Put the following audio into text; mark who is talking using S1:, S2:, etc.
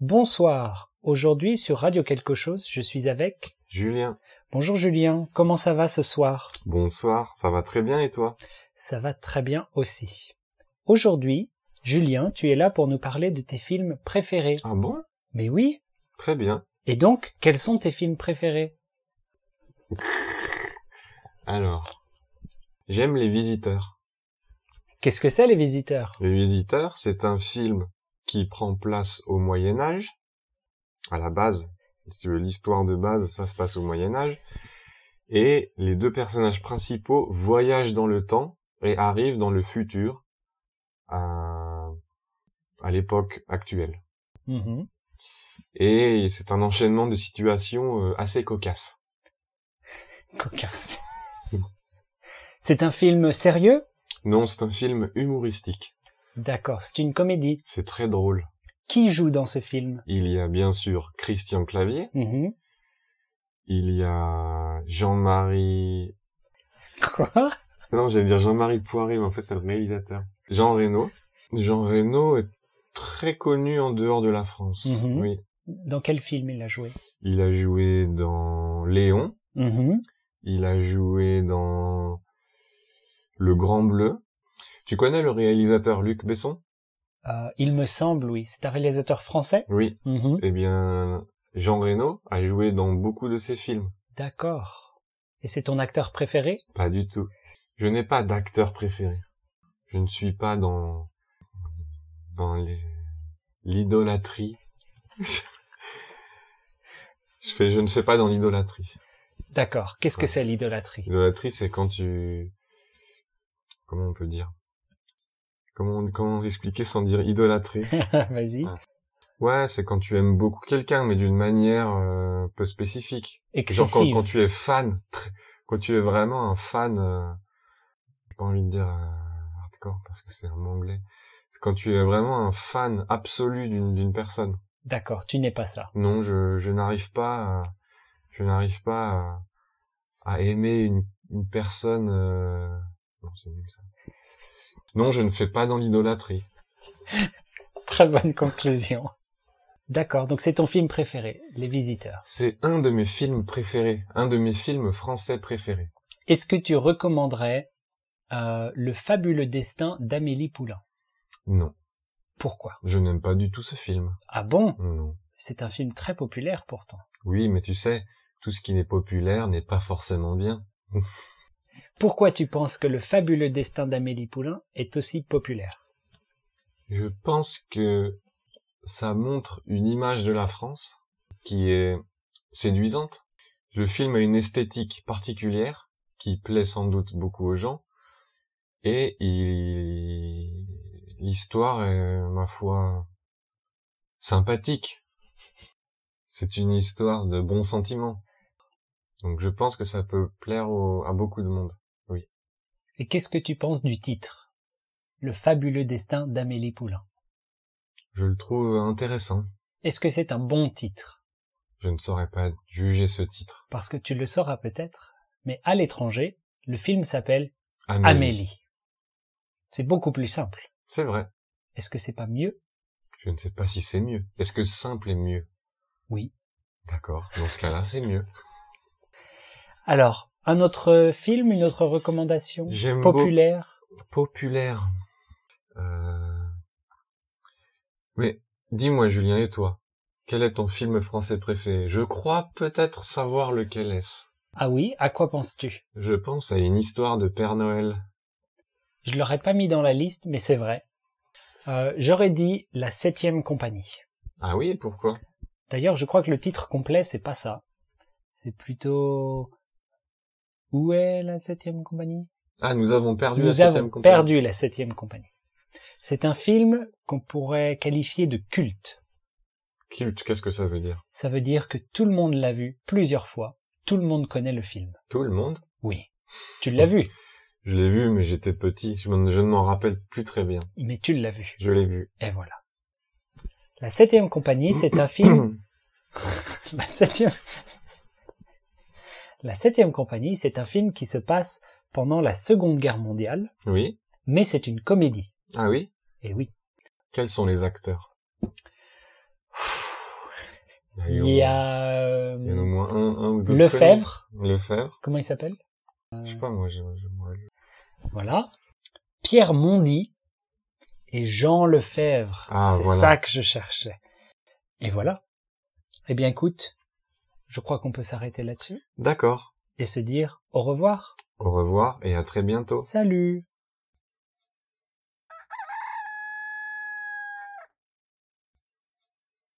S1: Bonsoir. Aujourd'hui sur Radio Quelque chose, je suis avec.
S2: Julien,
S1: Bonjour Julien, comment ça va ce soir
S2: bonsoir, ça va très bien et toi
S1: Ça va très bien aussi. Aujourd'hui, Julien, tu es là pour nous parler de tes films préférés.
S2: Ah bon
S1: Mais oui
S2: Très bien.
S1: Et donc, quels sont tes films préférés
S2: Alors, j'aime Les Visiteurs.
S1: Qu'est-ce que c'est les visiteurs
S2: Les Visiteurs, c'est un film qui prend place au Moyen Âge, à la base. Si tu veux, l'histoire de base, ça se passe au Moyen Âge. Et les deux personnages principaux voyagent dans le temps et arrivent dans le futur, à, à l'époque actuelle.
S1: Mhm.
S2: Et c'est un enchaînement de situations euh, assez cocasses.
S1: Cocasse. C'est un film sérieux
S2: Non, c'est un film humoristique.
S1: D'accord, c'est une comédie.
S2: C'est très drôle.
S1: Qui joue dans ce film
S2: Il y a bien sûr Christian Clavier,
S1: Mhm.
S2: il y a Jean-Marie...
S1: Quoi
S2: Non, j'allais dire Jean-Marie Poiré, mais en fait c'est le réalisateur. Jean Reno. Jean Reno est très connu en dehors de la France.
S1: Mhm.
S2: Oui.
S1: Dans quel film il a joué
S2: Il a joué dans Léon,
S1: Mhm.
S2: il a joué dans Le Grand Bleu. Tu connais le réalisateur Luc Besson
S1: Euh, Il me semble, oui. C'est un réalisateur français
S2: Oui.
S1: Mhm.
S2: Eh bien, Jean Reno a joué dans beaucoup de ses films.
S1: D'accord. Et c'est ton acteur préféré
S2: Pas du tout. Je n'ai pas d'acteur préféré. Je ne suis pas dans dans les- l'idolâtrie. je fais, je ne fais pas dans l'idolâtrie.
S1: D'accord. Qu'est-ce que
S2: Ouais.
S1: c'est l'idolâtrie
S2: L'idolâtrie, c'est quand tu comment on peut dire comment comment expliquer sans dire idolâtrie.
S1: Vas-y.
S2: Ah. Ouais, c'est quand tu aimes beaucoup quelqu'un, mais d'une manière euh, un peu spécifique. Genre quand,
S1: Excessive.
S2: quand tu es fan, tr- quand tu es vraiment un fan, euh, j'ai pas envie de dire euh, hardcore parce que c'est un mot anglais, c'est quand tu es vraiment un fan absolu d'une d'une personne.
S1: D'accord. Tu n'es pas ça.
S2: Non, je, je n'arrive pas, à, je n'arrive pas à, à aimer une, une personne. euh, Non, c'est nul ça. Non, je ne fais pas dans l'idolâtrie.
S1: Très bonne conclusion. D'accord. Donc c'est ton film préféré, Les Visiteurs.
S2: C'est un de mes films préférés, un de mes films français préférés.
S1: Est-ce que tu recommanderais euh, Le fabuleux destin d'Amélie Poulain
S2: Non,
S1: Pourquoi
S2: je n'aime pas du tout ce film.
S1: Ah bon
S2: Non.
S1: C'est un film très populaire pourtant.
S2: Oui, mais tu sais, tout ce qui n'est populaire n'est pas forcément bien.
S1: Pourquoi tu penses que Le fabuleux destin d'Amélie Poulain est aussi populaire
S2: Je pense que ça montre une image de la France qui est séduisante. Le film a une esthétique particulière qui plaît sans doute beaucoup aux gens. Et il- l'histoire est, ma foi, sympathique. C'est une histoire de bons sentiments. Donc je pense que ça peut plaire au- à beaucoup de monde.
S1: Et qu'est-ce que tu penses du titre Le fabuleux destin d'Amélie Poulain.
S2: Je le trouve intéressant.
S1: Est-ce que c'est un bon titre
S2: Je ne saurais pas juger ce titre.
S1: parce que tu le sauras peut-être, mais à l'étranger, le film s'appelle
S2: Amélie.
S1: Amélie. C'est beaucoup plus simple.
S2: C'est vrai.
S1: Est-ce que c'est pas mieux
S2: Je ne sais pas si c'est mieux. Est-ce que simple est mieux
S1: Oui.
S2: D'accord. Dans ce cas-là, c'est mieux.
S1: Alors, un autre film, une autre recommandation
S2: J'aime
S1: populaire
S2: beau- populaire. Euh... Mais dis-moi, Julien, et toi Quel est ton film français préféré Je crois peut-être savoir lequel est-ce.
S1: Ah oui, à quoi penses-tu
S2: Je pense à une histoire de Père Noël.
S1: Je l'aurais pas mis dans la liste, mais c'est vrai. Euh, J'aurais dit La Septième Compagnie.
S2: Ah oui, pourquoi
S1: D'ailleurs, je crois que le titre complet, c'est pas ça. C'est plutôt Où est la Septième Compagnie
S2: Ah, nous avons perdu la
S1: Nous
S2: septième
S1: avons
S2: compagnie.
S1: perdu la septième compagnie. C'est un film qu'on pourrait qualifier de culte.
S2: Culte, qu'est-ce que ça veut dire
S1: Ça veut dire que tout le monde l'a vu plusieurs fois. Tout le monde connaît le film.
S2: Tout le monde
S1: Oui. Tu l'as vu,
S2: Je l'ai vu, mais j'étais petit. Je, m'en- je ne m'en rappelle plus très bien.
S1: mais tu l'as vu.
S2: Je l'ai vu.
S1: Et voilà. La septième compagnie, c'est un film. La septième. La septième compagnie, c'est un film qui se passe pendant la Seconde Guerre mondiale,
S2: oui.
S1: mais c'est une comédie.
S2: Ah oui.
S1: Et oui.
S2: Quels sont les acteurs
S1: Il y a, euh,
S2: il y en a au moins un, un ou deux.
S1: Lefebvre.
S2: connus. Lefebvre.
S1: Comment il s'appelle
S2: Je sais pas, moi, je, je- moi, je-
S1: Voilà. Pierre Mondy et Jean Lefebvre.
S2: Ah,
S1: C'est
S2: voilà.
S1: ça que je cherchais. Et voilà. Eh bien, écoute, je crois qu'on peut s'arrêter là-dessus
S2: D'accord.
S1: et se dire au revoir.
S2: Au revoir et à très bientôt.
S1: Salut.